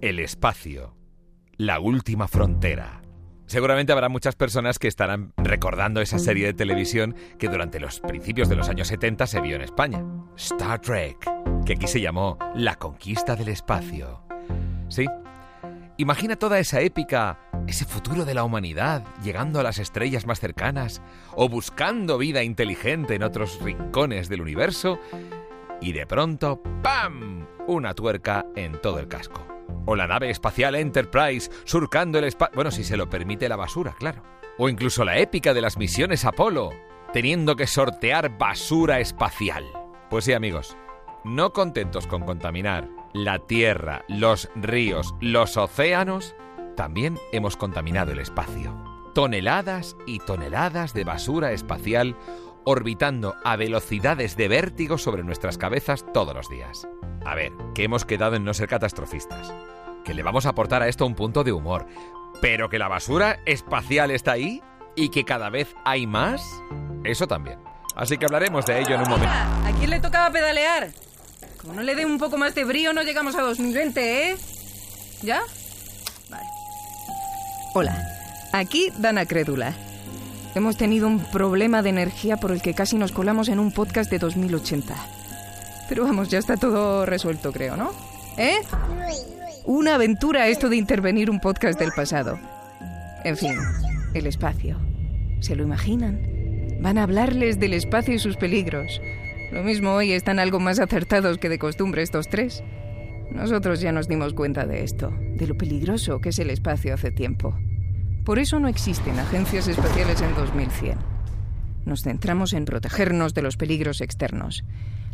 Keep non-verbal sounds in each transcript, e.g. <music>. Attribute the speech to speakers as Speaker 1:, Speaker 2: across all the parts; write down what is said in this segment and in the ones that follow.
Speaker 1: El espacio, la última frontera. Seguramente habrá muchas personas que estarán recordando esa serie de televisión que durante los principios de los años 70 se vio en España. Star Trek, que aquí se llamó La Conquista del Espacio. Sí. Imagina toda esa épica, ese futuro de la humanidad, llegando a las estrellas más cercanas, o buscando vida inteligente en otros rincones del universo, y de pronto, ¡pam! Una tuerca en todo el casco. O la nave espacial Enterprise surcando el espacio, bueno, si se lo permite la basura, claro. O incluso la épica de las misiones Apolo, teniendo que sortear basura espacial. Pues sí, amigos, no contentos con contaminar la tierra, los ríos, los océanos, también hemos contaminado el espacio. Toneladas y toneladas de basura espacial orbitando a velocidades de vértigo sobre nuestras cabezas todos los días. A ver, que hemos quedado en no ser catastrofistas, que le vamos a aportar a esto un punto de humor, pero que la basura espacial está ahí y que cada vez hay más, eso también. Así que hablaremos de ello en un momento.
Speaker 2: ¿A quién le tocaba pedalear? Como no le dé un poco más de brío, no llegamos a 2020, ¿eh? ¿Ya? Vale. Hola, aquí Dana Crédula. Hemos tenido un problema de energía por el que casi nos colamos en un podcast de 2080. Pero vamos, ya está todo resuelto, creo, ¿no? ¿Eh? Una aventura esto de intervenir un podcast del pasado. En fin, el espacio. ¿Se lo imaginan? Van a hablarles del espacio y sus peligros. Lo mismo hoy están algo más acertados que de costumbre estos tres. Nosotros ya nos dimos cuenta de esto, de lo peligroso que es el espacio hace tiempo. Por eso no existen agencias espaciales en 2100. Nos centramos en protegernos de los peligros externos.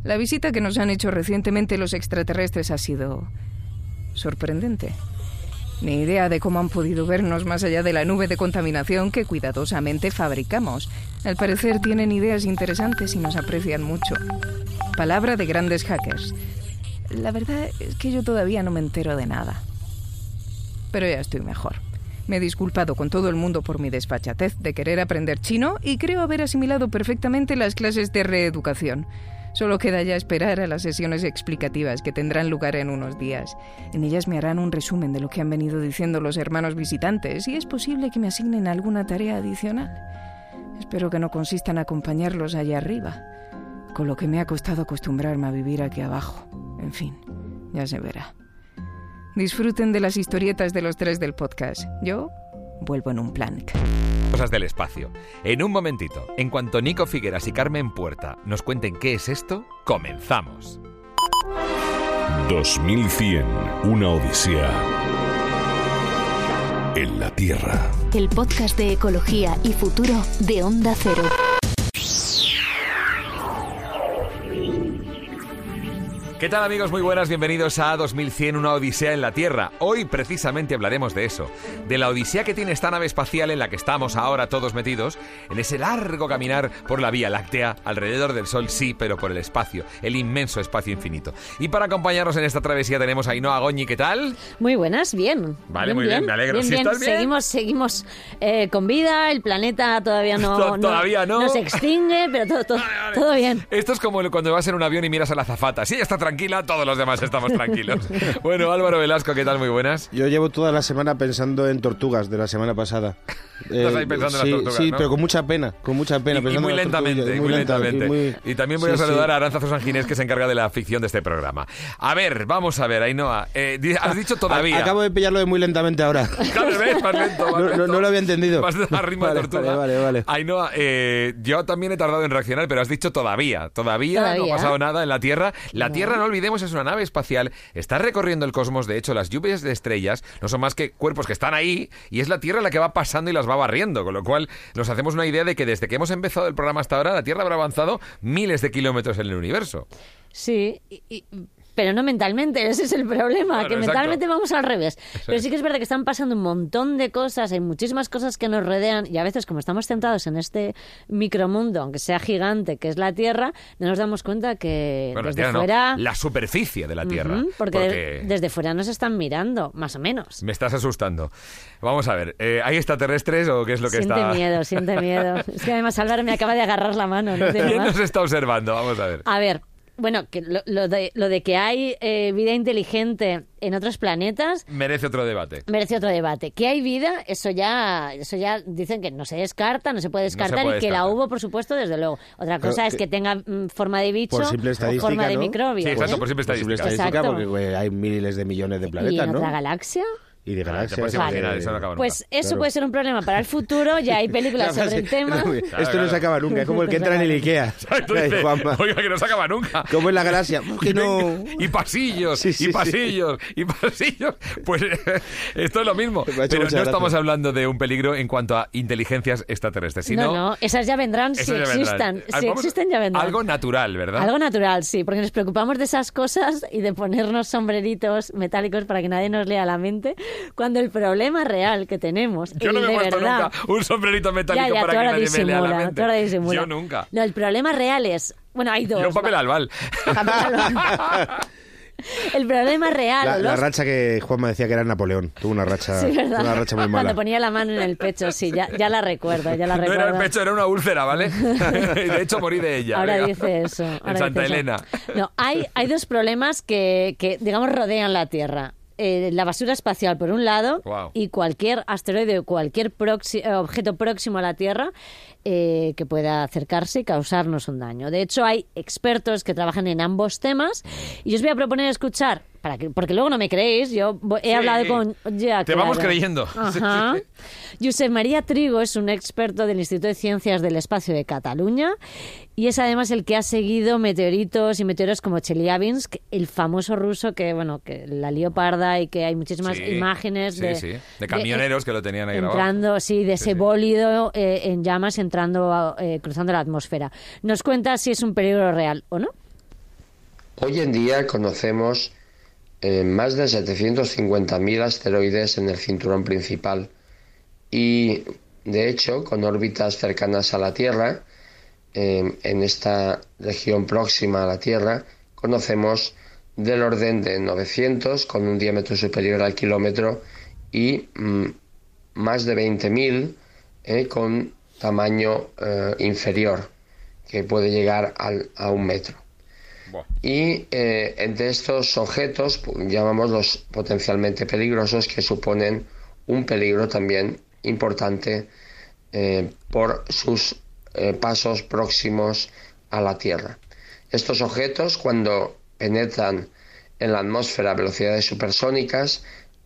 Speaker 2: La visita que nos han hecho recientemente los extraterrestres ha sido sorprendente. Ni idea de cómo han podido vernos más allá de la nube de contaminación que cuidadosamente fabricamos. Al parecer tienen ideas interesantes y nos aprecian mucho. Palabra de grandes hackers. La verdad es que yo todavía no me entero de nada. Pero ya estoy mejor. Me he disculpado con todo el mundo por mi desfachatez de querer aprender chino y creo haber asimilado perfectamente las clases de reeducación. Solo queda ya esperar a las sesiones explicativas que tendrán lugar en unos días. En ellas me harán un resumen de lo que han venido diciendo los hermanos visitantes y es posible que me asignen alguna tarea adicional. Espero que no consista en acompañarlos allá arriba, con lo que me ha costado acostumbrarme a vivir aquí abajo. En fin, ya se verá. Disfruten de las historietas de los tres del podcast. Yo vuelvo en un plank.
Speaker 1: Cosas del espacio. En un momentito, en cuanto Nico Figueras y Carmen Puerta nos cuenten qué es esto, comenzamos.
Speaker 3: 2100, una odisea en la Tierra.
Speaker 4: El podcast de ecología y futuro de Onda Cero.
Speaker 1: ¿Qué tal amigos? Muy buenas, bienvenidos a 2100, una odisea en la Tierra. Hoy precisamente hablaremos de eso, de la odisea que tiene esta nave espacial en la que estamos ahora todos metidos, en ese largo caminar por la Vía Láctea, alrededor del Sol sí, pero por el espacio, el inmenso espacio infinito. Y para acompañarnos en esta travesía tenemos a Ainhoa Goñi, ¿qué tal?
Speaker 5: Muy buenas, bien.
Speaker 1: Vale, muy bien, me alegro. ¿Sí estás bien?
Speaker 5: Seguimos, seguimos eh, con vida, el planeta todavía
Speaker 1: <laughs>
Speaker 5: no,
Speaker 1: To- todavía no.
Speaker 5: se extingue, pero todo, todo,
Speaker 1: Vale, vale.
Speaker 5: Ah, todo bien.
Speaker 1: Esto es como el- cuando vas en un avión y miras a la zafata. Si ella está tranquila, todos los demás estamos
Speaker 5: <laughs>
Speaker 1: tranquilos. bueno, Álvaro Velasco, ¿qué tal? Muy buenas.
Speaker 6: Yo llevo toda la semana pensando en tortugas de la semana pasada.
Speaker 1: <laughs>
Speaker 6: Eh,
Speaker 1: Estás ahí pensando en las
Speaker 6: sí,
Speaker 1: tortugas,
Speaker 6: Sí,
Speaker 1: ¿no?
Speaker 6: pero con mucha pena, con mucha
Speaker 1: Y,
Speaker 6: pena.
Speaker 1: y
Speaker 6: pensando
Speaker 1: muy
Speaker 6: en las tortugas,
Speaker 1: lentamente, muy
Speaker 6: lenta,
Speaker 1: lentamente.
Speaker 6: muy-
Speaker 1: Y también voy a
Speaker 6: sí,
Speaker 1: saludar
Speaker 6: sí.
Speaker 1: a Aranzazo Sanginés, que se encarga de la ficción de este programa. A ver, vamos a ver, Ainhoa. Eh, di- has dicho todavía.
Speaker 6: A- Acabo de pillarlo de muy lentamente ahora. <laughs>
Speaker 1: Claro, ¿ves? Más lento, más
Speaker 6: No- no-
Speaker 1: lento.
Speaker 6: no lo había entendido.
Speaker 1: Más a ritmo
Speaker 6: Vale,
Speaker 1: de tortuga.
Speaker 6: vale, vale, vale.
Speaker 1: Ainhoa, eh, yo también he tardado en reaccionar, pero has dicho todavía. Todavía, no
Speaker 5: Todavía.
Speaker 1: ha pasado nada en la Tierra. La Tierra, no olvidemos, es una nave espacial. Está recorriendo el cosmos. De hecho, las lluvias de estrellas no son más que cuerpos que están ahí y es la Tierra la que va pasando y las va barriendo. Con lo cual, nos hacemos una idea de que desde que hemos empezado el programa hasta ahora, la Tierra habrá avanzado miles de kilómetros en el universo.
Speaker 5: Eh, Sí, y- y- pero no mentalmente, <laughs> ese es el problema,
Speaker 1: Claro,
Speaker 5: que
Speaker 1: exacto.
Speaker 5: mentalmente vamos al revés. Pero
Speaker 1: es.
Speaker 5: sí que es verdad que están pasando un montón de cosas, hay muchísimas cosas que nos rodean y a veces como estamos centrados en este micromundo, aunque sea gigante, que es la Tierra, no nos damos cuenta que
Speaker 1: Bueno, la
Speaker 5: desde
Speaker 1: Tierra no,
Speaker 5: fuera...
Speaker 1: la superficie de la Tierra.
Speaker 5: Ujú, porque,
Speaker 1: porque-
Speaker 5: desde fuera nos están mirando, más o menos.
Speaker 1: Me estás asustando. Vamos a ver, eh, ¿hay extraterrestres o qué es lo que
Speaker 5: siente
Speaker 1: está...? <laughs>
Speaker 5: miedo, siente miedo. Es que además Álvaro me acaba de agarrar la mano. No,
Speaker 1: ¿Quién
Speaker 5: Además- Ah.
Speaker 1: nos está observando? Vamos a ver.
Speaker 5: A ver, bueno, que lo, lo de, lo de que hay eh, vida inteligente en otros planetas
Speaker 1: Merece otro
Speaker 5: <laughs>
Speaker 1: debate. <laughs>
Speaker 5: merece otro debate. Que hay vida, eso ya, eso ya dicen que no se descarta, no se puede
Speaker 1: se
Speaker 5: descartar
Speaker 1: puede
Speaker 5: y que la
Speaker 1: descartar.
Speaker 5: hubo, por supuesto, desde luego. Otra
Speaker 6: Claro,
Speaker 5: cosa es
Speaker 6: que-
Speaker 5: que, tenga mm, forma de bicho,
Speaker 6: Por simple
Speaker 5: o
Speaker 6: estadística,
Speaker 5: forma de
Speaker 6: ¿no?
Speaker 5: microbio.
Speaker 1: Sí, exacto,
Speaker 5: ¿eh?
Speaker 1: por simple
Speaker 6: Por simple
Speaker 1: estadística.
Speaker 6: estadística,
Speaker 5: Exacto.
Speaker 6: porque güey, hay miles de millones de
Speaker 5: ¿Y
Speaker 6: planetas,
Speaker 5: en
Speaker 6: ¿no?
Speaker 5: otra galaxia?
Speaker 6: Y de
Speaker 1: Ah, te
Speaker 6: galaxias.
Speaker 1: puedes imaginar,
Speaker 6: de-
Speaker 1: eso no acaba nunca.
Speaker 5: Pues eso
Speaker 6: <laughs> Claro.
Speaker 5: puede ser un problema para el futuro, ya
Speaker 6: <laughs>
Speaker 5: hay películas
Speaker 6: La
Speaker 5: sobre el
Speaker 6: <laughs> frase-
Speaker 5: tema.
Speaker 1: Claro,
Speaker 6: Esto no
Speaker 1: claro.
Speaker 6: se acaba nunca, es como el que entra en
Speaker 1: <laughs>
Speaker 6: el Ikea.
Speaker 1: Tú
Speaker 6: <laughs> Ay,
Speaker 1: dices,
Speaker 6: Juanma,
Speaker 1: Oiga, que no se acaba nunca.
Speaker 6: <laughs> ¿Cómo es
Speaker 1: <laughs>
Speaker 6: la galaxia? Uf, que no.
Speaker 1: Y pasillos,
Speaker 6: Sí, sí,
Speaker 1: y
Speaker 6: sí.
Speaker 1: pasillos, y pasillos. Pues <laughs> esto es lo mismo.
Speaker 6: Me ha hecho
Speaker 1: Pero no
Speaker 6: mucha gracia.
Speaker 1: estamos hablando de un peligro en cuanto a inteligencias extraterrestres, sino...
Speaker 5: no, no, esas ya vendrán si
Speaker 1: eso ya vendrá.
Speaker 5: existan.
Speaker 1: Ah,
Speaker 5: Si
Speaker 1: vamos-
Speaker 5: existen, ya vendrán.
Speaker 1: Algo natural, ¿verdad?
Speaker 5: Algo natural, sí, porque nos preocupamos de esas cosas y de ponernos sombreritos metálicos para que nadie nos lea la mente, cuando el problema real que tenemos,
Speaker 1: Yo
Speaker 5: el
Speaker 1: no me
Speaker 5: de
Speaker 1: he puesto
Speaker 5: verdad,
Speaker 1: nunca un sombrerito metálico
Speaker 5: ya, ya,
Speaker 1: para
Speaker 5: tú
Speaker 1: que
Speaker 5: ahora
Speaker 1: nadie me lea
Speaker 5: disimula,
Speaker 1: la
Speaker 5: tú ahora
Speaker 1: mente.
Speaker 5: disimula.
Speaker 1: Yo nunca.
Speaker 5: No, el problema real es, bueno, hay dos.
Speaker 1: Yo un papel
Speaker 5: va.
Speaker 1: albal.
Speaker 5: El problema real,
Speaker 6: La,
Speaker 5: o
Speaker 6: la
Speaker 5: los-
Speaker 6: racha que Juanma decía que era Napoleón. Tuvo una racha,
Speaker 5: Sí,
Speaker 6: tuvo
Speaker 5: ¿verdad?
Speaker 6: una racha muy mala.
Speaker 5: Cuando ponía la mano en el pecho, sí, ya, ya la recuerdo, ya la
Speaker 1: No
Speaker 5: recuerdo.
Speaker 1: era el pecho, era una úlcera,
Speaker 5: <laughs>
Speaker 1: ¿vale? De hecho, morí de ella.
Speaker 5: Ahora
Speaker 1: venga.
Speaker 5: dice eso. ahora
Speaker 1: en
Speaker 5: dice
Speaker 1: Santa
Speaker 5: eso.
Speaker 1: Elena.
Speaker 5: No, hay, hay dos problemas que, que, digamos, rodean la Tierra. Eh, la basura espacial, por un lado,
Speaker 1: Guau.
Speaker 5: y cualquier asteroide o cualquier proxi- eh, objeto próximo a la Tierra eh, que pueda acercarse y causarnos un daño. De hecho, hay expertos que trabajan en ambos temas y yo os voy a proponer escuchar, para que, porque luego no me creéis, yo bo- he
Speaker 1: Sí.
Speaker 5: hablado con... Ya,
Speaker 1: Te vamos creyendo. <laughs>
Speaker 5: Ajá. Josep María Trigo es un experto del Instituto de Ciencias del Espacio de Cataluña y es además el que ha seguido meteoritos y meteoros como Chelyabinsk, el famoso ruso que, bueno, que la leoparda y que hay muchísimas
Speaker 1: Sí,
Speaker 5: imágenes
Speaker 1: sí,
Speaker 5: de,
Speaker 1: sí. De camioneros que lo tenían ahí grabado.
Speaker 5: Entrando, sí, de ese
Speaker 1: sí.
Speaker 5: bólido eh, en llamas entrando, a- eh, cruzando la atmósfera. Nos cuenta si es un peligro real o no.
Speaker 7: Hoy en día conocemos eh, más de 750.000 asteroides en el cinturón principal y, de hecho, con órbitas cercanas a la Tierra, eh, en esta región próxima a la Tierra, conocemos del orden de 900 con un diámetro superior al kilómetro y mm, más de 20.000 eh, con tamaño eh, inferior que puede llegar al- a un metro.
Speaker 1: Buah.
Speaker 7: Y eh, entre estos objetos pu- llamamos los potencialmente peligrosos que suponen un peligro también importante eh, por sus eh, pasos próximos a la Tierra. Estos objetos cuando penetran en la atmósfera a velocidades supersónicas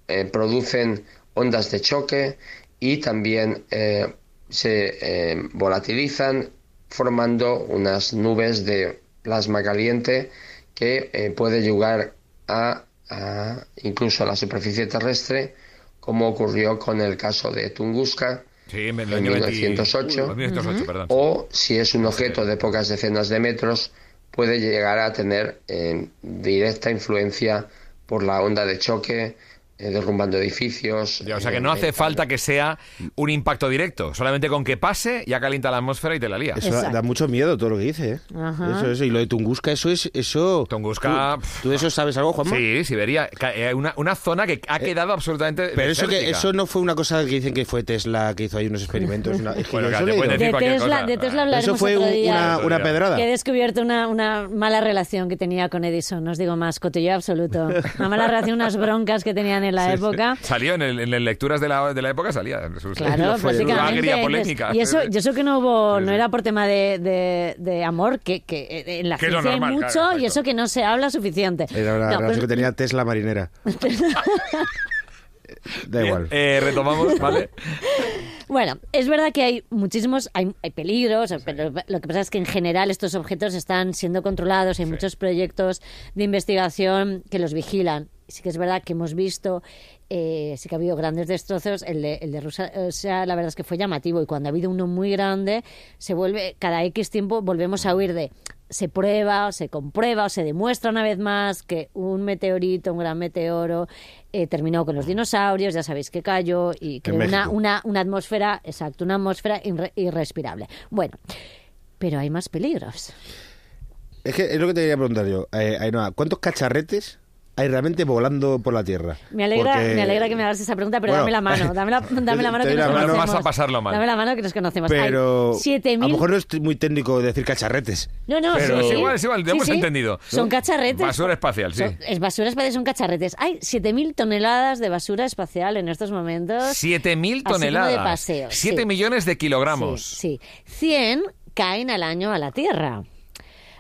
Speaker 7: eh, producen ondas de choque y también eh, se eh, volatilizan formando unas nubes de plasma caliente que eh, puede llegar a, a incluso a la superficie terrestre como ocurrió con el caso de Tunguska
Speaker 1: Sí, en el
Speaker 7: En
Speaker 1: año 20
Speaker 7: 1908.
Speaker 1: 1908, perdón.
Speaker 7: o si es un objeto de pocas decenas de metros puede llegar a tener eh, directa influencia por la onda de choque eh, derrumbando edificios eh,
Speaker 1: Ya, o sea que no hace falta que sea un impacto directo, solamente con que pase ya calienta la atmósfera y te la lía.
Speaker 6: Eso da,
Speaker 5: Exacto.
Speaker 6: da mucho miedo todo lo que dice, ¿eh?
Speaker 5: Ajá.
Speaker 6: Eso, eso. Y lo de Tunguska, eso es... Eso...
Speaker 1: Tunguska,
Speaker 6: ¿Tú, tú de eso sabes algo, Juanma?
Speaker 1: Sí, Siberia, ca- eh, una, una zona que ha quedado absolutamente
Speaker 6: Eh, Pero eso, que,
Speaker 1: desértica.
Speaker 6: eso no fue una cosa que dicen que fue Tesla que hizo ahí unos experimentos. una- es que
Speaker 1: Bueno,
Speaker 6: yo
Speaker 1: que
Speaker 6: eso
Speaker 1: te
Speaker 6: he
Speaker 1: pueden
Speaker 6: leído.
Speaker 1: decir
Speaker 5: De
Speaker 1: cualquier
Speaker 5: Tesla,
Speaker 1: cosa.
Speaker 5: de Tesla
Speaker 1: Ah.
Speaker 5: hablaremos
Speaker 6: Eso fue
Speaker 5: otro
Speaker 6: un-
Speaker 5: día.
Speaker 6: una, una
Speaker 1: Que
Speaker 6: pedrada.
Speaker 5: Que he descubierto una, una mala relación que tenía con Edison, no os digo más, cotilleo absoluto. Una mala relación, unas broncas que tenían en la época.
Speaker 1: Salió en, el- en las lecturas de la, de la época, salía. <laughs> Sus-
Speaker 5: Claro,
Speaker 1: sus-
Speaker 5: prácticamente.
Speaker 1: agria polémica.
Speaker 5: Y eso, yo sé que no hubo,
Speaker 1: Sí,
Speaker 5: no
Speaker 1: sí.
Speaker 5: era por tema de, de- de amor, que, que eh, en la
Speaker 1: Que es lo
Speaker 5: ciencia hay
Speaker 1: normal,
Speaker 5: mucho
Speaker 1: claro, exacto.
Speaker 5: y eso que no se habla suficiente.
Speaker 6: Era Eh, la
Speaker 5: No,
Speaker 6: relación
Speaker 5: pues-
Speaker 6: que tenía
Speaker 5: <laughs>
Speaker 6: Tesla marinera. da
Speaker 1: Bien,
Speaker 6: igual.
Speaker 1: eh, retomamos, ¿vale?
Speaker 5: <laughs> Bueno, es verdad que hay muchísimos, hay, hay peligros, pero lo que pasa es que en general estos objetos están siendo controlados, hay muchos proyectos de investigación que los vigilan. Sí que es verdad que hemos visto, eh, sí que ha habido grandes destrozos, el de, el de Rusia, o sea, la verdad es que fue llamativo y cuando ha habido uno muy grande, se vuelve, cada X tiempo volvemos a huir de se prueba, o se comprueba, o se demuestra una vez más que un meteorito, un gran meteoro, eh, terminó con los dinosaurios, ya sabéis que cayó y creó una,
Speaker 6: México.
Speaker 5: una, una atmósfera, exacto, una atmósfera irre- irrespirable. Bueno, pero hay más peligros.
Speaker 6: Es que es lo que te quería preguntar yo. Eh, Ainhoa, ¿cuántos cacharretes hay realmente volando por la Tierra.
Speaker 5: Me alegra,
Speaker 6: Porque-
Speaker 5: me alegra que me hagas esa pregunta, pero
Speaker 6: Bueno,
Speaker 5: dame la mano. Dame
Speaker 6: <laughs>
Speaker 5: la, dame la mano
Speaker 6: te
Speaker 5: que
Speaker 6: doy
Speaker 5: nos
Speaker 6: la mano.
Speaker 5: conocemos.
Speaker 1: Vas a pasarlo mal.
Speaker 5: Dame la mano que nos conocemos. Hay
Speaker 6: Pero
Speaker 5: 7.000.
Speaker 6: a lo mejor no es muy técnico decir cacharretes.
Speaker 5: No, no,
Speaker 1: Pero
Speaker 5: sí,
Speaker 1: es
Speaker 5: sí.
Speaker 1: igual, es igual, lo
Speaker 5: Sí,
Speaker 1: hemos
Speaker 5: sí.
Speaker 1: entendido.
Speaker 5: Son cacharretes.
Speaker 1: Basura espacial, sí.
Speaker 5: Son- es basura espacial, son cacharretes. Hay 7.000 toneladas de basura espacial en estos momentos.
Speaker 1: 7.000
Speaker 5: Así como de
Speaker 1: toneladas.
Speaker 5: paseo,
Speaker 1: 7
Speaker 5: sí.
Speaker 1: millones de kilogramos.
Speaker 5: Sí, sí. 100 caen al año a la Tierra.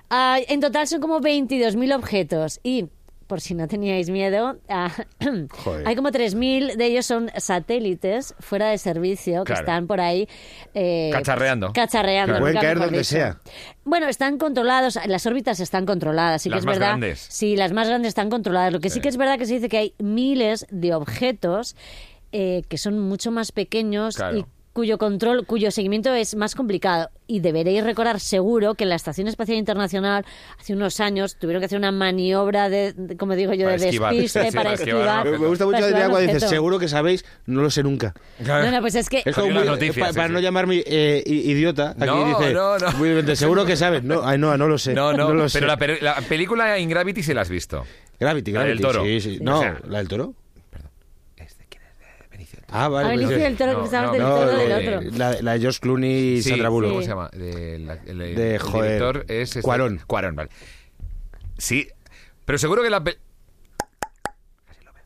Speaker 5: Ah, en total son como 22.000 objetos y por si no teníais miedo, ah, <clears throat>
Speaker 6: Joder.
Speaker 5: hay como 3.000 de ellos son satélites fuera de servicio que
Speaker 1: Claro.
Speaker 5: están por ahí... eh,
Speaker 1: Cacharreando.
Speaker 5: Cacharreando.
Speaker 1: Claro.
Speaker 6: Pueden
Speaker 5: nunca
Speaker 6: caer
Speaker 5: mejor
Speaker 6: donde
Speaker 5: dicho.
Speaker 6: sea.
Speaker 5: Bueno, están controlados, las órbitas están controladas, sí que
Speaker 1: Las
Speaker 5: es
Speaker 1: más
Speaker 5: verdad.
Speaker 1: grandes.
Speaker 5: Sí, las más grandes están controladas. Lo que sí, que es verdad que se dice que hay miles de objetos eh, que son mucho más pequeños
Speaker 1: Claro.
Speaker 5: y cuyo control, cuyo seguimiento es más complicado. Y deberéis recordar seguro que en la Estación Espacial Internacional hace unos años tuvieron que hacer una maniobra de, de- como digo yo,
Speaker 1: Para
Speaker 5: de
Speaker 1: esquivar.
Speaker 5: despiste
Speaker 1: Sí, sí,
Speaker 5: para
Speaker 1: para esquivar un
Speaker 5: esquivar.
Speaker 6: Me me gusta
Speaker 5: para
Speaker 6: mucho
Speaker 5: esquivar
Speaker 6: de
Speaker 5: un
Speaker 6: agua, dices,
Speaker 5: objeto.
Speaker 6: seguro que sabéis, no lo sé nunca.
Speaker 5: No, <laughs> no, pues es que
Speaker 6: Es
Speaker 1: Salió
Speaker 6: como
Speaker 1: en
Speaker 6: muy- eh,
Speaker 1: las noticias,
Speaker 6: pa-
Speaker 1: sí,
Speaker 6: para
Speaker 1: sí.
Speaker 6: no llamarme eh, i- idiota, aquí
Speaker 1: No,
Speaker 6: dice,
Speaker 1: no, no.
Speaker 6: muy bien, seguro que sabes. No, ay, no, no lo sé.
Speaker 1: No, no,
Speaker 6: lo sé.
Speaker 1: pero la, per- la película Ingravity sí la has visto.
Speaker 6: Gravity,
Speaker 1: la del
Speaker 6: Gravity,
Speaker 1: toro.
Speaker 6: sí, sí. No,
Speaker 1: O sea-
Speaker 6: ¿la del toro? Ah,
Speaker 5: a
Speaker 6: vale. pues
Speaker 5: Benicio
Speaker 6: sí.
Speaker 5: del Toro,
Speaker 1: No,
Speaker 5: que pensabas
Speaker 1: no,
Speaker 5: del
Speaker 1: no,
Speaker 5: toro
Speaker 1: no,
Speaker 5: del
Speaker 1: de-
Speaker 5: otro.
Speaker 6: La, la de George Clooney y
Speaker 1: Sí,
Speaker 6: Sandra Bullock.
Speaker 1: ¿Cómo se llama? De, la- el- el-
Speaker 6: De,
Speaker 1: el
Speaker 6: joder,
Speaker 1: director es este-
Speaker 6: Cuarón.
Speaker 1: Cuarón, vale. Sí, pero seguro que la pe- Casi lo veo.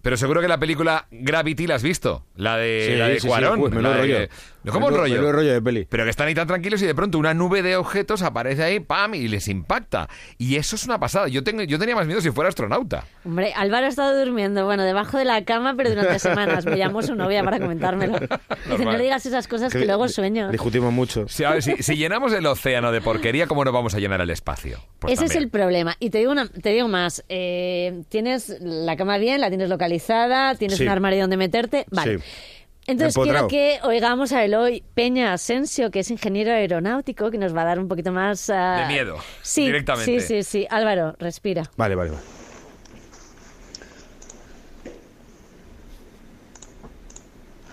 Speaker 1: Pero seguro que la película Gravity la has visto. La de,
Speaker 6: Sí,
Speaker 1: la de
Speaker 6: sí, sí,
Speaker 1: Cuarón.
Speaker 6: uy, menudo
Speaker 1: la de-
Speaker 6: rollo.
Speaker 1: ¿No, ¿Cómo
Speaker 6: Menudo-
Speaker 1: rollo?
Speaker 6: menudo rollo de peli.
Speaker 1: Pero que están ahí tan tranquilos y de pronto una nube de objetos aparece ahí, pam, y les impacta. Y eso es una pasada. Yo, tengo, yo tenía más miedo si fuera astronauta.
Speaker 5: Hombre, Álvaro ha estado durmiendo, bueno, debajo de la cama, pero durante semanas. Me llamó su novia para comentármelo. Dice, no
Speaker 1: Normal.
Speaker 5: le digas esas cosas que,
Speaker 6: Que
Speaker 5: luego sueño.
Speaker 6: Discutimos mucho.
Speaker 1: Si, a ver, si- si llenamos el océano de porquería, ¿cómo no vamos a llenar el espacio? Pues
Speaker 5: Ese es
Speaker 1: también.
Speaker 5: el problema. Y te digo, una- te digo más. eh, tienes la cama bien, la tienes localizada, tienes
Speaker 6: Sí.
Speaker 5: un armario donde meterte. Vale.
Speaker 6: Sí.
Speaker 5: Entonces
Speaker 6: Empotrao.
Speaker 5: quiero que oigamos a Eloy Peña Asensio, que es ingeniero aeronáutico, que nos va a dar un poquito más... ah,
Speaker 1: De miedo,
Speaker 5: Sí,
Speaker 1: directamente.
Speaker 5: Sí, sí, sí. Álvaro, respira.
Speaker 6: Vale, vale, vale.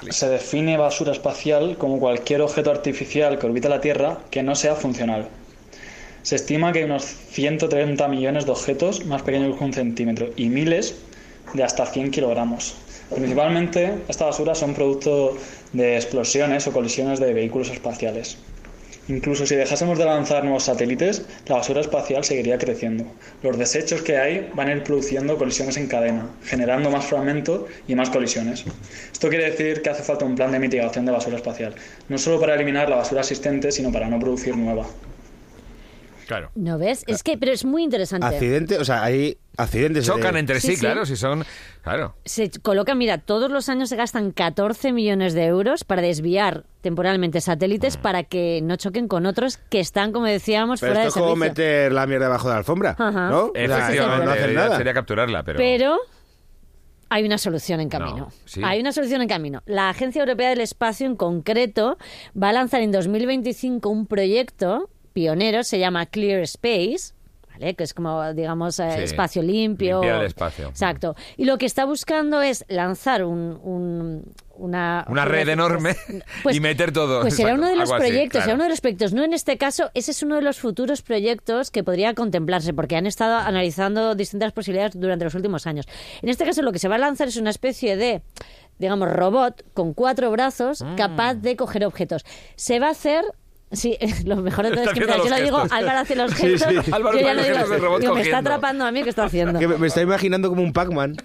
Speaker 8: Se define basura espacial como cualquier objeto artificial que orbita la Tierra que no sea funcional. Se estima que hay unos 130 millones de objetos más pequeños que un centímetro y miles de hasta 100 kilogramos. Principalmente esta basura son producto de explosiones o colisiones de vehículos espaciales. Incluso si dejásemos de lanzar nuevos satélites, la basura espacial seguiría creciendo. Los desechos que hay van a ir produciendo colisiones en cadena, generando más fragmentos y más colisiones. Esto quiere decir que hace falta un plan de mitigación de basura espacial, no solo para eliminar la basura existente, sino para no producir nueva.
Speaker 1: Claro.
Speaker 5: ¿No ves? Es que, pero es muy interesante.
Speaker 6: Accidente, o sea, hay accidentes.
Speaker 1: Chocan
Speaker 6: de-
Speaker 1: entre sí,
Speaker 5: Sí, sí.
Speaker 1: claro, si son... Claro.
Speaker 5: se coloca, mira, todos los años se gastan 14 millones de euros para desviar temporalmente satélites para que no choquen con otros que están, como decíamos,
Speaker 6: Pero
Speaker 5: fuera
Speaker 6: esto
Speaker 5: de
Speaker 6: es como
Speaker 5: servicio.
Speaker 6: meter la mierda debajo de la alfombra,
Speaker 5: Ajá.
Speaker 6: ¿no? O sea,
Speaker 1: Efectivamente,
Speaker 6: no hacen
Speaker 1: debería-
Speaker 6: nada.
Speaker 1: sería capturarla, pero...
Speaker 5: Pero hay una solución en camino.
Speaker 1: No, sí.
Speaker 5: Hay una solución en camino. La Agencia Europea del Espacio, en concreto, va a lanzar en 2025 un proyecto pionero, se llama Clear Space. ¿Vale? que es como, digamos, eh,
Speaker 1: Sí.
Speaker 5: espacio limpio.
Speaker 1: Limpiar el espacio.
Speaker 5: Exacto. Y lo que está buscando es lanzar un, un- una...
Speaker 1: Una red enorme <laughs> y meter todo.
Speaker 5: Pues será
Speaker 1: Exacto,
Speaker 5: uno de los
Speaker 1: algo así,
Speaker 5: proyectos, será
Speaker 1: claro.
Speaker 5: uno de los proyectos. No en este caso, ese es uno de los futuros proyectos que podría contemplarse, porque han estado analizando distintas posibilidades durante los últimos años. En este caso, lo que se va a lanzar es una especie de, digamos, robot con cuatro brazos
Speaker 1: Mm.
Speaker 5: capaz de coger objetos. Se va a hacer. Sí, <laughs> lo mejor de todo
Speaker 1: Está
Speaker 5: es que
Speaker 1: haciendo
Speaker 5: mientras
Speaker 1: los
Speaker 5: yo lo digo,
Speaker 1: gestos.
Speaker 5: Álvaro hace los
Speaker 6: Sí,
Speaker 5: gestos.
Speaker 6: sí.
Speaker 1: Álvaro
Speaker 5: yo ya
Speaker 1: hace
Speaker 5: lo
Speaker 1: los
Speaker 5: digo,
Speaker 1: gestos del robot
Speaker 5: digo, me está
Speaker 1: cogiendo".
Speaker 5: atrapando a mí, ¿qué está haciendo?
Speaker 6: Que me, me está imaginando como un Pac-Man.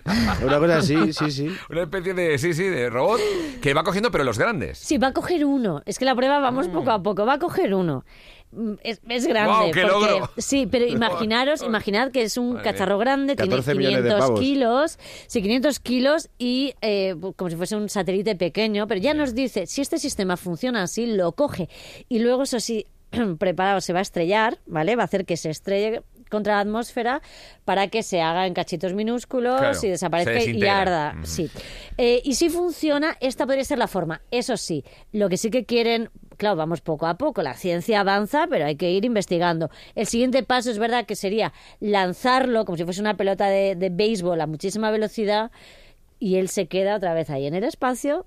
Speaker 6: Una cosa así, sí, sí.
Speaker 1: Una especie de, sí, sí, de robot que va cogiendo, pero los grandes.
Speaker 5: Sí, va a coger uno. Es que la prueba vamos poco a poco. Va a coger uno. Mm, Es, es grande.
Speaker 1: Mm. Guau, qué
Speaker 5: porque-
Speaker 1: logro.
Speaker 5: Sí,
Speaker 1: <laughs>
Speaker 5: pero imaginaros, imaginad que es un
Speaker 1: Madre mía.
Speaker 5: cacharro grande, tiene
Speaker 6: 14 millones de
Speaker 5: 500
Speaker 6: pavos.
Speaker 5: kilos, sí, 500 kilos y eh, como si fuese un satélite pequeño, pero ya nos dice, si este sistema funciona así, lo coge. Y luego, eso sí, <clears throat> preparado, se va a estrellar, ¿vale? Va a hacer que se estrelle contra la atmósfera para que se haga en cachitos minúsculos
Speaker 1: Claro,
Speaker 5: y desaparezca
Speaker 1: se
Speaker 5: y
Speaker 1: desintegra.
Speaker 5: arda.
Speaker 1: Ujú.
Speaker 5: Sí. Eh, y si funciona, esta podría ser la forma. Eso sí, lo que sí que quieren, claro, vamos poco a poco, la ciencia avanza, pero hay que ir investigando. El siguiente paso es verdad que sería lanzarlo como si fuese una pelota de, de béisbol a muchísima velocidad y él se queda otra vez ahí en el espacio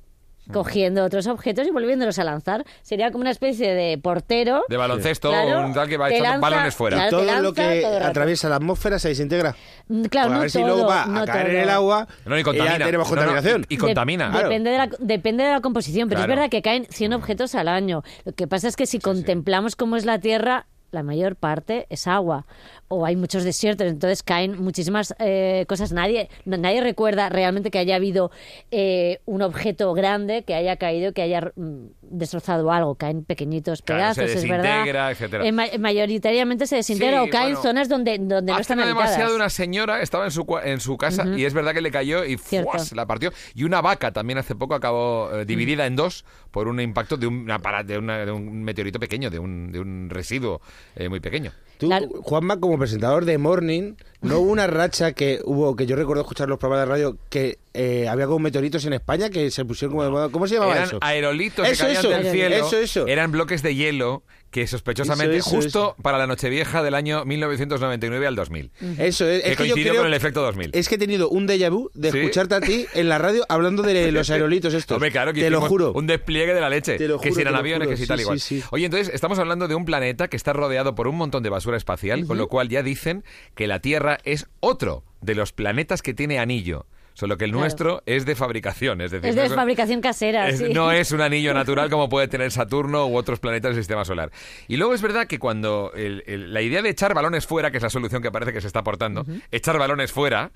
Speaker 5: cogiendo otros objetos y volviéndolos a lanzar. Sería como una especie de portero.
Speaker 1: De baloncesto,
Speaker 5: Claro,
Speaker 1: un tal que va
Speaker 5: te
Speaker 1: echando
Speaker 5: lanza-
Speaker 1: balones fuera.
Speaker 5: Claro, te
Speaker 6: todo
Speaker 5: lanza
Speaker 6: lo que
Speaker 5: todo el rato.
Speaker 6: atraviesa la atmósfera se desintegra.
Speaker 5: Mm, Claro,
Speaker 6: Pues a
Speaker 5: no
Speaker 6: ver si
Speaker 5: todo,
Speaker 6: luego va
Speaker 5: no
Speaker 6: a caer en
Speaker 5: todo.
Speaker 6: el agua
Speaker 1: No, y
Speaker 6: y
Speaker 1: contamina.
Speaker 6: ya tenemos
Speaker 1: No, no,
Speaker 6: contamina.
Speaker 1: y- y contamina.
Speaker 5: De-
Speaker 1: Claro.
Speaker 5: depende, de la, depende de la composición, pero
Speaker 1: Claro. Mm.
Speaker 5: es verdad que caen 100 objetos al año. Lo que pasa es que si contemplamos cómo es la Tierra, la mayor parte es agua o hay muchos desiertos, entonces caen muchísimas eh, cosas. Nadie, na- nadie recuerda realmente que haya habido eh, un objeto grande que haya caído, que haya mm, destrozado algo. Caen pequeñitos
Speaker 1: Claro,
Speaker 5: pedazos,
Speaker 1: se
Speaker 5: es verdad.
Speaker 1: desintegra, etcétera.
Speaker 5: Eh, ma- mayoritariamente se desintegra
Speaker 1: Sí,
Speaker 5: o caen
Speaker 1: bueno.
Speaker 5: en zonas donde, donde no
Speaker 1: Hace
Speaker 5: están
Speaker 1: no
Speaker 5: habitadas.
Speaker 1: demasiado una señora estaba en su, cua- en su casa y es verdad que le cayó y
Speaker 5: Cierto.
Speaker 1: ¡fuas! la partió. Y una vaca también hace poco acabó eh, dividida en dos por un impacto de un, apara- de, una- de un meteorito pequeño, de un, de un residuo eh, muy pequeño.
Speaker 6: Tú,
Speaker 5: Claro.
Speaker 6: Juanma, como presentador de Morning, no hubo una racha que hubo, que yo recuerdo escuchar los programas de radio, que eh, había como meteoritos en España que se pusieron como de moda. ¿Cómo se llamaba
Speaker 1: Eran
Speaker 6: eso?
Speaker 1: aerolitos
Speaker 6: Eso,
Speaker 1: que caían
Speaker 6: eso,
Speaker 1: del cielo.
Speaker 6: eso, eso.
Speaker 1: Eran bloques de hielo que sospechosamente
Speaker 6: Eso, eso,
Speaker 1: justo para la Nochevieja del año 1999 al 2000.
Speaker 6: Eso es,
Speaker 1: Que
Speaker 6: es que yo
Speaker 1: coincidió
Speaker 6: creo-
Speaker 1: con el efecto 2000.
Speaker 6: Es que he tenido un déjà vu de
Speaker 1: Sí.
Speaker 6: escucharte a ti en la radio hablando de los aerolitos estos.
Speaker 1: Hombre, claro que
Speaker 6: te lo
Speaker 1: hicimos
Speaker 6: juro.
Speaker 1: Un despliegue de la leche.
Speaker 6: Te lo
Speaker 1: que
Speaker 6: juro,
Speaker 1: si eran
Speaker 6: te lo
Speaker 1: aviones,
Speaker 6: juro.
Speaker 1: que si tal
Speaker 6: Sí,
Speaker 1: igual.
Speaker 6: sí, sí.
Speaker 1: Oye, entonces estamos hablando de un planeta que está rodeado por un montón de basura espacial, con lo cual ya dicen que la Tierra es otro de los planetas que tiene anillo. Solo que el
Speaker 5: Claro.
Speaker 1: nuestro es de fabricación, es decir,
Speaker 5: Es de
Speaker 1: no
Speaker 5: fabricación casera,
Speaker 1: es-
Speaker 5: sí.
Speaker 1: no es un
Speaker 5: <laughs>
Speaker 1: anillo natural como puede tener Saturno u otros planetas del sistema solar. Y luego es verdad que cuando el- el- la idea de echar balones fuera, que es la solución que parece que se está aportando, echar balones fuera,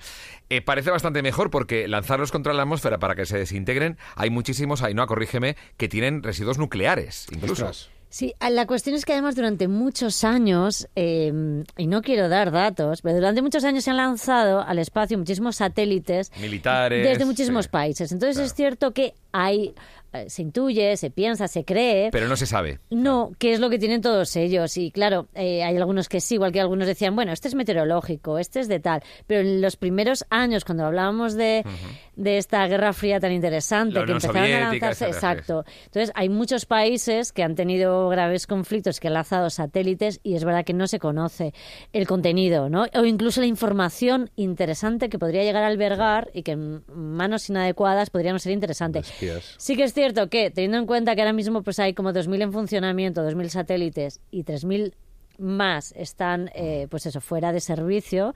Speaker 1: eh, parece bastante mejor porque lanzarlos contra la atmósfera para que se desintegren, hay muchísimos, ahí no, corrígeme, que tienen residuos nucleares, incluso.
Speaker 6: Ostras.
Speaker 5: Sí, a- la cuestión es que además durante muchos años, eh, y no quiero dar datos, pero durante muchos años se han lanzado al espacio muchísimos satélites
Speaker 1: Militares,
Speaker 5: desde muchísimos
Speaker 1: sí.
Speaker 5: países. Entonces
Speaker 1: Claro.
Speaker 5: es cierto que hay, eh, se intuye, se piensa, se cree.
Speaker 1: Pero no se sabe.
Speaker 5: No, que es lo que tienen todos ellos. Y claro, eh, hay algunos que sí, igual que algunos decían, bueno, este es meteorológico, este es de tal. Pero en los primeros años, cuando hablábamos de, de esta Guerra Fría tan interesante,
Speaker 1: La
Speaker 5: que
Speaker 1: Unión
Speaker 5: empezaron a
Speaker 1: Soviética,
Speaker 5: lanzarse.
Speaker 1: etcétera,
Speaker 5: Exacto. Entonces, hay muchos países que han tenido graves conflictos, que han lanzado satélites y es verdad que no se conoce el contenido, ¿no? O incluso la información interesante que podría llegar a albergar y que en manos inadecuadas podría no ser interesante.
Speaker 6: Espías.
Speaker 5: Sí que es cierto que, teniendo en cuenta que ahora mismo pues hay como 2.000 en funcionamiento, 2.000 satélites y 3.000 más están, eh, pues eso, fuera de servicio,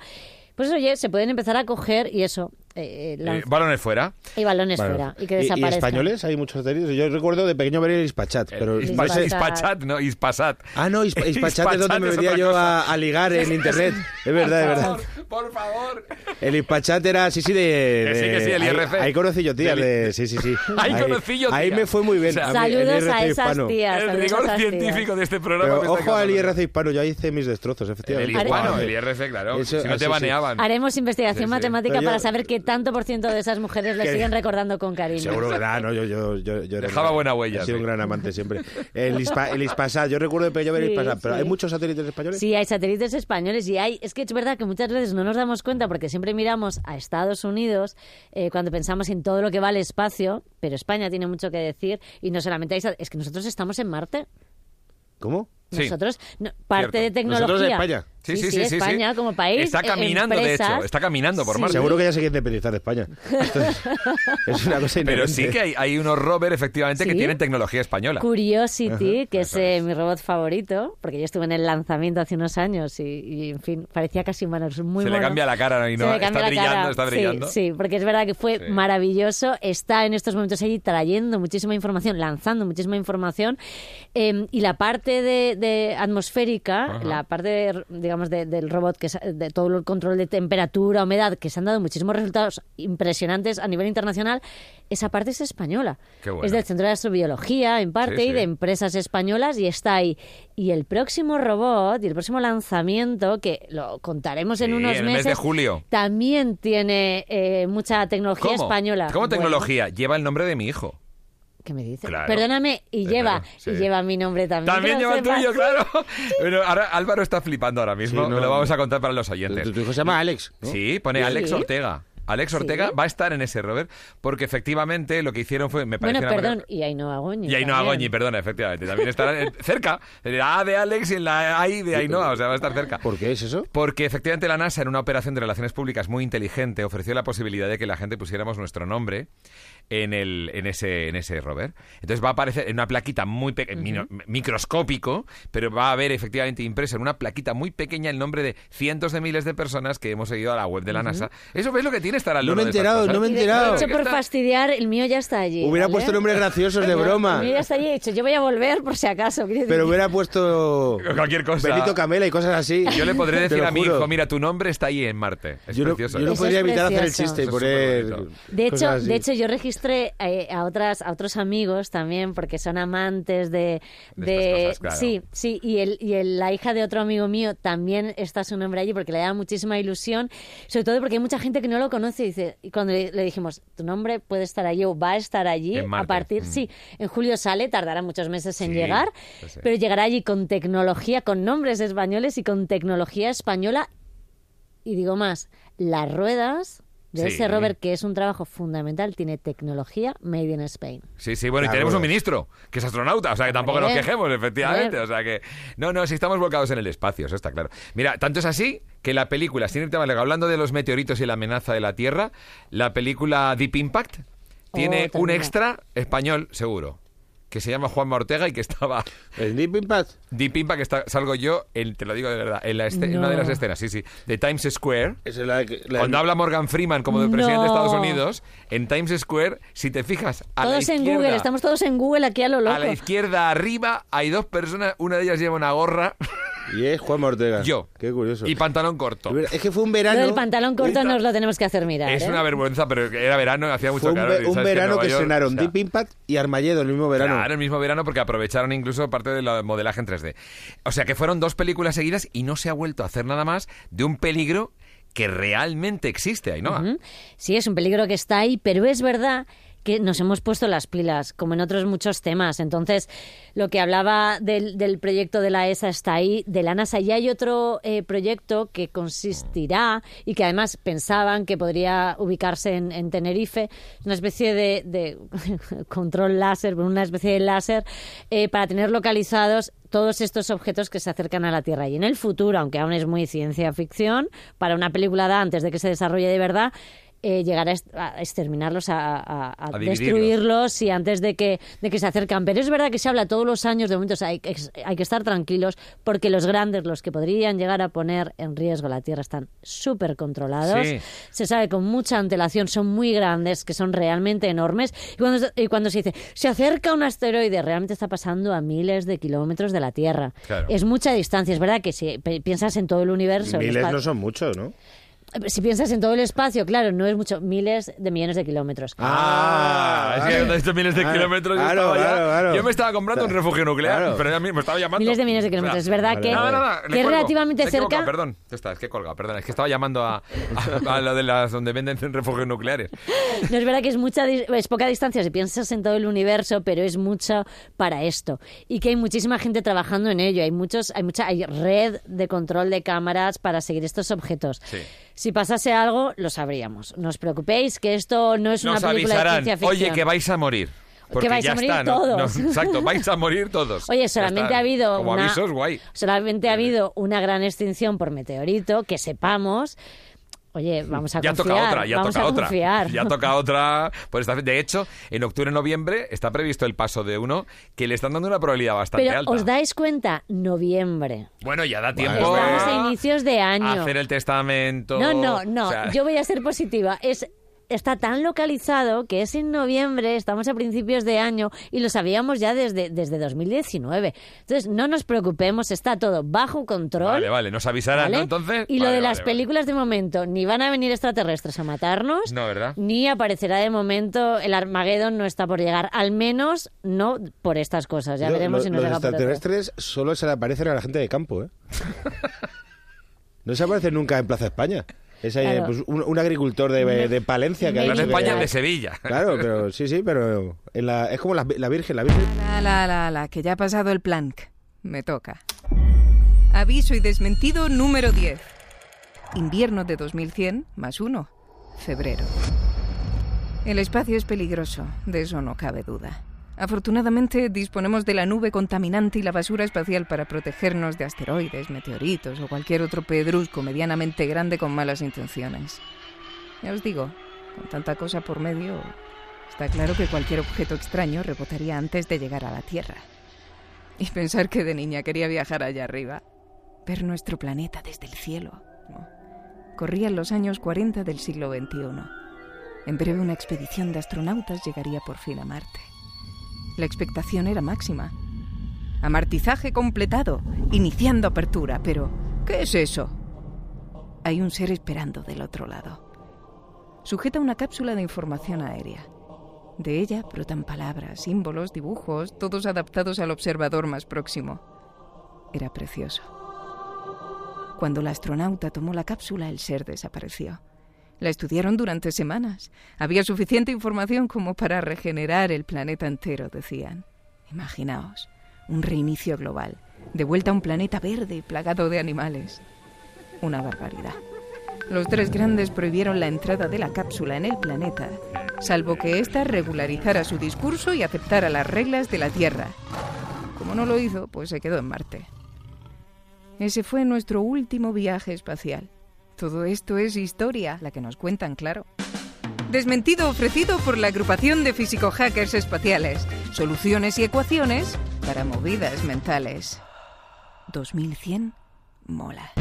Speaker 5: pues oye, se pueden empezar a coger y eso, eh, eh,
Speaker 1: Eh,
Speaker 5: lanz-
Speaker 1: balones fuera.
Speaker 5: y balones
Speaker 6: Bueno,
Speaker 5: fuera, y que
Speaker 6: ¿y- ¿Y,
Speaker 5: desaparezcan.
Speaker 6: españoles? Hay muchos satélites. Yo recuerdo de pequeño ver el Ispachat, pero
Speaker 1: Eh,
Speaker 6: no
Speaker 1: Ispa-
Speaker 6: sé-
Speaker 1: Ispachat, no, Ispasat.
Speaker 6: Ah, no,
Speaker 1: <laughs>
Speaker 6: Ispa- Ispachat es donde me
Speaker 1: es
Speaker 6: metía
Speaker 1: otra
Speaker 6: yo
Speaker 1: cosa.
Speaker 6: a, a ligar en internet. Es verdad, es verdad.
Speaker 1: Por favor.
Speaker 6: El Ispachat era, sí, sí, de...
Speaker 1: Que sí, que
Speaker 6: de-
Speaker 1: sí, el
Speaker 6: ahí-
Speaker 1: IRC.
Speaker 6: Ahí, conocí yo tías,
Speaker 1: Del-
Speaker 6: de, sí, sí, sí.
Speaker 1: <laughs> Ahí conocí yo
Speaker 6: Ahí
Speaker 1: tías.
Speaker 6: me fue muy bien.
Speaker 1: O sea,
Speaker 6: mí, el
Speaker 5: Saludos
Speaker 6: IRC
Speaker 5: a esas
Speaker 6: hispano.
Speaker 5: tías.
Speaker 1: El
Speaker 5: saludos a
Speaker 1: rigor
Speaker 5: esas tías.
Speaker 1: científico de este programa.
Speaker 6: Pero
Speaker 1: que está
Speaker 6: ojo al
Speaker 1: causando.
Speaker 6: IRC hispano, yo ahí hice mis destrozos,
Speaker 1: El
Speaker 6: efectivamente.
Speaker 1: hispano,
Speaker 6: Guau.
Speaker 1: el IRC, claro.
Speaker 6: eh, Eso-
Speaker 1: si no
Speaker 6: eso
Speaker 1: te
Speaker 6: sí.
Speaker 1: baneaban.
Speaker 5: Haremos investigación
Speaker 1: Sí, sí.
Speaker 5: matemática
Speaker 6: Pero yo-
Speaker 5: para saber qué tanto por ciento de esas mujeres las
Speaker 6: Que-
Speaker 5: siguen recordando con cariño.
Speaker 6: Seguro que nada, no, yo, yo, yo, yo era
Speaker 1: Dejaba
Speaker 6: un-
Speaker 1: buena huella,
Speaker 6: He sido
Speaker 1: sí.
Speaker 6: un gran amante siempre. El, Ispa- el Ispasat, yo recuerdo de pequeño ver el
Speaker 5: Sí,
Speaker 6: Ispasat, pero
Speaker 5: sí.
Speaker 6: ¿hay muchos satélites españoles?
Speaker 5: Sí, hay satélites españoles y hay. Es que es verdad que muchas veces no nos damos cuenta porque siempre miramos a Estados Unidos eh, cuando pensamos en todo lo que va al espacio, pero España tiene mucho que decir y no solamente hay. sa- Es que nosotros estamos en Marte.
Speaker 6: ¿Cómo?
Speaker 1: Sí.
Speaker 5: Nosotros, no, parte de
Speaker 1: Nosotros
Speaker 5: tecnología.
Speaker 6: de España.
Speaker 1: Sí, sí, sí, sí, sí.
Speaker 5: España como país.
Speaker 1: Está
Speaker 5: eh,
Speaker 1: caminando, de
Speaker 5: empresas.
Speaker 1: hecho, está caminando por Marte.
Speaker 6: Seguro que ya se quiere independizar de España. Esto es, <laughs> es una cosa
Speaker 1: Pero
Speaker 6: inherente.
Speaker 1: sí que hay, hay unos rovers, efectivamente, que
Speaker 5: Sí.
Speaker 1: tienen tecnología española.
Speaker 5: Curiosity, que es eh, mi robot favorito, porque yo estuve en el lanzamiento hace unos años y, y, en fin, parecía casi humano, es muy
Speaker 1: Se le
Speaker 5: mono.
Speaker 1: cambia la cara y
Speaker 5: Se
Speaker 1: no-
Speaker 5: le
Speaker 1: está
Speaker 5: cambia la
Speaker 1: brillando,
Speaker 5: cara.
Speaker 1: está brillando.
Speaker 5: Sí, sí, porque es verdad que fue
Speaker 1: Sí.
Speaker 5: maravilloso. Está en estos momentos ahí trayendo muchísima información, lanzando muchísima información. Eh, y la parte de, de atmosférica, la parte, de, digamos, de- del robot, que es eh, de todo el control de temperatura, humedad, que se han dado muchísimos resultados impresionantes a nivel internacional, esa parte es española.
Speaker 1: Qué bueno.
Speaker 5: Es del Centro de Astrobiología, en parte,
Speaker 1: Sí,
Speaker 5: y
Speaker 1: sí.
Speaker 5: de empresas españolas, y está ahí. Y el próximo robot y el próximo lanzamiento, que lo contaremos en
Speaker 1: Sí,
Speaker 5: unos
Speaker 1: en el mes
Speaker 5: meses,
Speaker 1: de julio.
Speaker 5: también tiene eh, mucha tecnología
Speaker 1: ¿Cómo?
Speaker 5: española.
Speaker 1: ¿Cómo
Speaker 5: Bueno,
Speaker 1: tecnología? Lleva el nombre de mi hijo.
Speaker 5: ¿Qué me dices?
Speaker 1: Claro.
Speaker 5: Perdóname, y
Speaker 1: Sí,
Speaker 5: lleva,
Speaker 1: claro, sí.
Speaker 5: y lleva mi nombre también.
Speaker 1: También
Speaker 5: que lo
Speaker 1: lleva el
Speaker 5: sepas.
Speaker 1: tuyo, claro. Pero ahora Álvaro está flipando ahora mismo.
Speaker 6: Sí, no.
Speaker 1: Me lo vamos a contar para los oyentes.
Speaker 6: Tu, tu hijo se llama Alex, ¿no?
Speaker 1: Sí, pone Alex
Speaker 5: Sí.
Speaker 1: Ortega. Alex Ortega va a estar en ese, Robert, porque efectivamente lo que hicieron fue... Me parece
Speaker 5: Bueno,
Speaker 1: una
Speaker 5: perdón,
Speaker 1: manera-
Speaker 5: y Ainhoa Goñi.
Speaker 1: Y Ainhoa
Speaker 5: también.
Speaker 1: Goñi, perdona, efectivamente. También estará eh,
Speaker 6: <laughs>
Speaker 1: cerca. En la A de Alex y en la I de Ainhoa, o sea, va a estar cerca.
Speaker 6: ¿Por qué es eso?
Speaker 1: Porque efectivamente la NASA, en una operación de relaciones públicas muy inteligente, ofreció la posibilidad de que la gente pusiéramos nuestro nombre en, el, en, ese, en ese rover. Entonces va a aparecer en una plaquita muy pequeña, microscópico, pero va a haber efectivamente impreso en una plaquita muy pequeña el nombre de cientos de miles de personas que hemos seguido a la web de la NASA. Eso ves lo que tiene estar al
Speaker 6: No
Speaker 1: loro
Speaker 6: me he
Speaker 1: de estas
Speaker 6: enterado,
Speaker 1: cosas.
Speaker 6: no me he
Speaker 5: Y de-
Speaker 6: enterado.
Speaker 5: De hecho, por fastidiar, el mío ya está allí. ¿vale?
Speaker 6: Hubiera
Speaker 5: este
Speaker 6: puesto nombres graciosos de broma.
Speaker 5: El mío ya está allí. He dicho, yo voy a volver por si acaso. quiero decir.
Speaker 6: Pero hubiera puesto
Speaker 1: Cualquier cosa.
Speaker 6: Benito Camela y cosas así.
Speaker 1: Yo le podré
Speaker 6: Te
Speaker 1: decir
Speaker 6: lo
Speaker 1: a mi
Speaker 6: juro.
Speaker 1: hijo, mira, tu nombre está ahí en Marte. Es
Speaker 6: yo no,
Speaker 1: precioso.
Speaker 6: yo no
Speaker 1: ¿eh?
Speaker 5: Eso
Speaker 6: podría
Speaker 5: es
Speaker 6: evitar hacer el
Speaker 5: precioso.
Speaker 6: chiste y
Speaker 1: Eso es
Speaker 6: poner.
Speaker 1: superbonito.
Speaker 5: De hecho,
Speaker 6: cosas así.
Speaker 5: de hecho, yo registré eh, a otras a otros amigos también porque son amantes de,
Speaker 1: De
Speaker 5: de-
Speaker 1: estas cosas, claro.
Speaker 5: sí, sí, y el, y el- la hija de otro amigo mío también está su nombre allí porque le da muchísima ilusión, sobre todo porque hay mucha gente que no lo conoce y dice y cuando le, le dijimos, "Tu nombre puede estar allí o va a estar allí
Speaker 1: En
Speaker 5: a
Speaker 1: Marte.
Speaker 5: partir
Speaker 1: Mm.
Speaker 5: sí, en julio sale, tardará muchos meses en
Speaker 1: Sí,
Speaker 5: llegar,
Speaker 1: lo sé.
Speaker 5: pero llegará allí con tecnología, con nombres españoles y con tecnología española y digo más, las ruedas de
Speaker 1: Sí.
Speaker 5: ese rover, que es un trabajo fundamental, tiene tecnología made in Spain.
Speaker 1: Sí, sí, bueno, y
Speaker 6: Claro.
Speaker 1: tenemos un ministro que es astronauta, o sea que tampoco nos
Speaker 5: Hombre.
Speaker 1: quejemos, efectivamente.
Speaker 5: Hombre.
Speaker 1: O sea que. No, no, si estamos volcados en el espacio, eso está claro. Mira, tanto es así que la película, sin irte más lejos, hablando de los meteoritos y la amenaza de la Tierra, la película Deep Impact tiene
Speaker 5: Oh,
Speaker 1: un
Speaker 5: también.
Speaker 1: extra español, seguro, que se llama Juanma Ortega y que estaba.
Speaker 6: ¿El Deep Impact?
Speaker 1: Deep Impact, está, salgo yo, en- te lo digo de verdad, en, la escena- en una de
Speaker 5: No.
Speaker 1: las escenas, sí, sí, de Times Square.
Speaker 6: Esa es la que- la-
Speaker 1: Cuando habla Morgan Freeman como del presidente de
Speaker 5: No.
Speaker 1: Estados Unidos, en Times Square, si te fijas, a la
Speaker 5: todos en
Speaker 1: izquierda-
Speaker 5: Google, estamos todos en Google aquí a lo loco.
Speaker 1: a la izquierda arriba hay dos personas, una de ellas lleva una gorra,
Speaker 6: Y es Juan Ortega.
Speaker 1: yo.
Speaker 6: Ah, Qué curioso.
Speaker 1: Y pantalón corto.
Speaker 6: Es que fue un
Speaker 5: Lo
Speaker 6: verano.
Speaker 5: del pantalón corto nos lo tenemos que hacer mirar.
Speaker 1: Es
Speaker 5: ¿eh?
Speaker 1: una vergüenza, pero era verano, hacía mucho
Speaker 6: Fue un,
Speaker 1: calor.
Speaker 6: ve-
Speaker 1: y
Speaker 6: un
Speaker 1: sabes en
Speaker 6: verano
Speaker 1: Nueva
Speaker 6: que,
Speaker 1: York,
Speaker 6: cenaron
Speaker 1: o sea,
Speaker 6: Deep Impact y Armageddon el mismo verano.
Speaker 1: Claro, el mismo verano porque aprovecharon incluso parte del modelaje en 3D. O sea que fueron dos películas seguidas y no se ha vuelto a hacer nada más de un peligro que realmente existe, Ainhoa.
Speaker 5: Ujú. Sí, es un peligro que está ahí, pero es verdad que nos hemos puesto las pilas, como en otros muchos temas. Entonces, lo que hablaba del, del proyecto de la ESA está ahí, de la NASA. Y hay otro eh, proyecto que consistirá y que además pensaban que podría ubicarse en, en Tenerife, una especie de, de <laughs> control láser, una especie de láser, eh, para tener localizados todos estos objetos que se acercan a la Tierra. Y en el futuro, aunque aún es muy ciencia ficción, para una película da antes de que se desarrolle de verdad, eh, llegar a, est- a exterminarlos, a, a- a
Speaker 1: dividirlos.
Speaker 5: destruirlos y antes de que, de que se acercan. Pero es verdad que se habla todos los años de momentos, hay, que- hay que estar tranquilos porque los grandes, los que podrían llegar a poner en riesgo la Tierra, están súper controlados.
Speaker 1: Sí.
Speaker 5: Se sabe con mucha antelación, son muy grandes, que son realmente enormes. Y cuando, y cuando se dice, se acerca un asteroide, realmente está pasando a miles de kilómetros de la Tierra.
Speaker 1: Claro.
Speaker 5: Es mucha distancia, es verdad que si pe- piensas en todo el universo... el
Speaker 6: Miles
Speaker 5: espacio- Eh,
Speaker 6: no son muchos, ¿no?
Speaker 5: Si piensas en todo el espacio, claro, no es mucho, miles de millones de kilómetros.
Speaker 1: Ah, es que
Speaker 6: vale.
Speaker 1: con estos miles de
Speaker 6: Claro,
Speaker 1: kilómetros yo,
Speaker 6: claro,
Speaker 1: estaba ya-
Speaker 6: claro, claro.
Speaker 1: yo me estaba comprando un refugio nuclear,
Speaker 6: Claro.
Speaker 1: pero ya mismo me estaba llamando.
Speaker 5: Miles de millones de kilómetros. Es verdad que,
Speaker 1: Nada, nada, le
Speaker 5: que es
Speaker 1: cuelgo.
Speaker 5: relativamente
Speaker 1: Se ha equivocado,
Speaker 5: cerca.
Speaker 1: Perdón, ya está, es que he colgado, perdón, es que estaba llamando a, a, a lo de las donde venden <laughs> refugios nucleares.
Speaker 5: No es verdad que es, mucha, dis- es poca distancia si piensas en todo el universo, pero es mucho para esto. Y que hay muchísima gente trabajando en ello. Hay, muchos, hay mucha hay red de control de cámaras para seguir estos objetos.
Speaker 1: Sí.
Speaker 5: Si pasase algo, lo sabríamos. No os preocupéis que esto no es
Speaker 1: Nos
Speaker 5: una película
Speaker 1: avisarán,
Speaker 5: de ciencia ficción.
Speaker 1: oye, que vais a morir.
Speaker 5: Que
Speaker 1: Porque
Speaker 5: vais
Speaker 1: ya
Speaker 5: a morir
Speaker 1: está, ¿no?
Speaker 5: todos.
Speaker 1: No, <laughs> exacto, vais a morir todos.
Speaker 5: Oye,
Speaker 1: Ya
Speaker 5: solamente
Speaker 1: está.
Speaker 5: ha habido
Speaker 1: Como
Speaker 5: una,
Speaker 1: avisos, guay.
Speaker 5: Solamente ha habido una gran extinción por meteorito, que sepamos. Oye, vamos a
Speaker 1: Ya
Speaker 5: confiar.
Speaker 1: toca otra, ya
Speaker 5: vamos
Speaker 1: toca
Speaker 5: a
Speaker 1: otra.
Speaker 5: confiar.
Speaker 1: Ya toca otra. Pues está- de hecho, en octubre-noviembre está previsto el paso de uno que le están dando una probabilidad bastante
Speaker 5: Pero
Speaker 1: alta.
Speaker 5: os dais cuenta, noviembre.
Speaker 1: Bueno, ya da tiempo.
Speaker 5: Estamos
Speaker 1: a-
Speaker 5: a inicios de
Speaker 1: a
Speaker 5: año.
Speaker 1: hacer el testamento.
Speaker 5: No, no, no.
Speaker 1: O sea,
Speaker 5: Yo voy a ser positiva. Es está tan localizado que es en noviembre, estamos a principios de año y lo sabíamos ya desde desde 2019. Entonces no nos preocupemos, está todo bajo control.
Speaker 1: Vale, vale, nos avisarán,
Speaker 5: ¿vale?
Speaker 1: ¿no? Entonces.
Speaker 5: y lo
Speaker 1: Vale,
Speaker 5: de
Speaker 1: vale,
Speaker 5: las
Speaker 1: vale.
Speaker 5: películas de momento, ni van a venir extraterrestres a matarnos,
Speaker 1: No, ¿verdad?
Speaker 5: ni aparecerá de momento el Armageddon no está por llegar, al menos no por estas cosas. Ya
Speaker 6: Yo-
Speaker 5: veremos
Speaker 6: lo-
Speaker 5: si nos
Speaker 6: Los
Speaker 5: llega por otro.
Speaker 6: extraterrestres solo se le aparecen a la gente de
Speaker 5: <laughs>
Speaker 6: campo, ¿eh? no se aparecen nunca en Plaza España. Es ahí,
Speaker 5: Claro.
Speaker 6: pues, un, un agricultor de, de Palencia que
Speaker 5: me
Speaker 1: Las de
Speaker 6: habla
Speaker 1: España
Speaker 5: Mira.
Speaker 1: de Sevilla.
Speaker 6: Claro, pero sí, sí, pero en la- es como la, la Virgen, la Virgen.
Speaker 2: La, la, la, la, que ya ha pasado el plank. Me toca. Aviso y desmentido número 10. Invierno de 2100 más uno. febrero. El espacio es peligroso, de eso no cabe duda. Afortunadamente disponemos de la nube contaminante y la basura espacial para protegernos de asteroides, meteoritos o cualquier otro pedrusco medianamente grande con malas intenciones. Ya os digo, con tanta cosa por medio, está claro que cualquier objeto extraño rebotaría antes de llegar a la Tierra. Y pensar que de niña quería viajar allá arriba, ver nuestro planeta desde el cielo. ¿no? Corrían los años 40 del siglo XXI. En breve una expedición de astronautas llegaría por fin a Marte. La expectación era máxima. Amartizaje completado, iniciando apertura, pero ¿qué es eso? Hay un ser esperando del otro lado. Sujeta una cápsula de información aérea. De ella brotan palabras, símbolos, dibujos, todos adaptados al observador más próximo. Era precioso. Cuando la astronauta tomó la cápsula, el ser desapareció. La estudiaron durante semanas. Había suficiente información como para regenerar el planeta entero, decían. Imaginaos, un reinicio global, de vuelta a un planeta verde plagado de animales. Una barbaridad. Los tres grandes prohibieron la entrada de la cápsula en el planeta, salvo que ésta regularizara su discurso y aceptara las reglas de la Tierra. Como no lo hizo, pues se quedó en Marte. Ese fue nuestro último viaje espacial. Todo esto es historia, la que nos cuentan, claro. Desmentido ofrecido por la agrupación de físico-hackers espaciales. Soluciones y ecuaciones para movidas mentales. 2100 mola.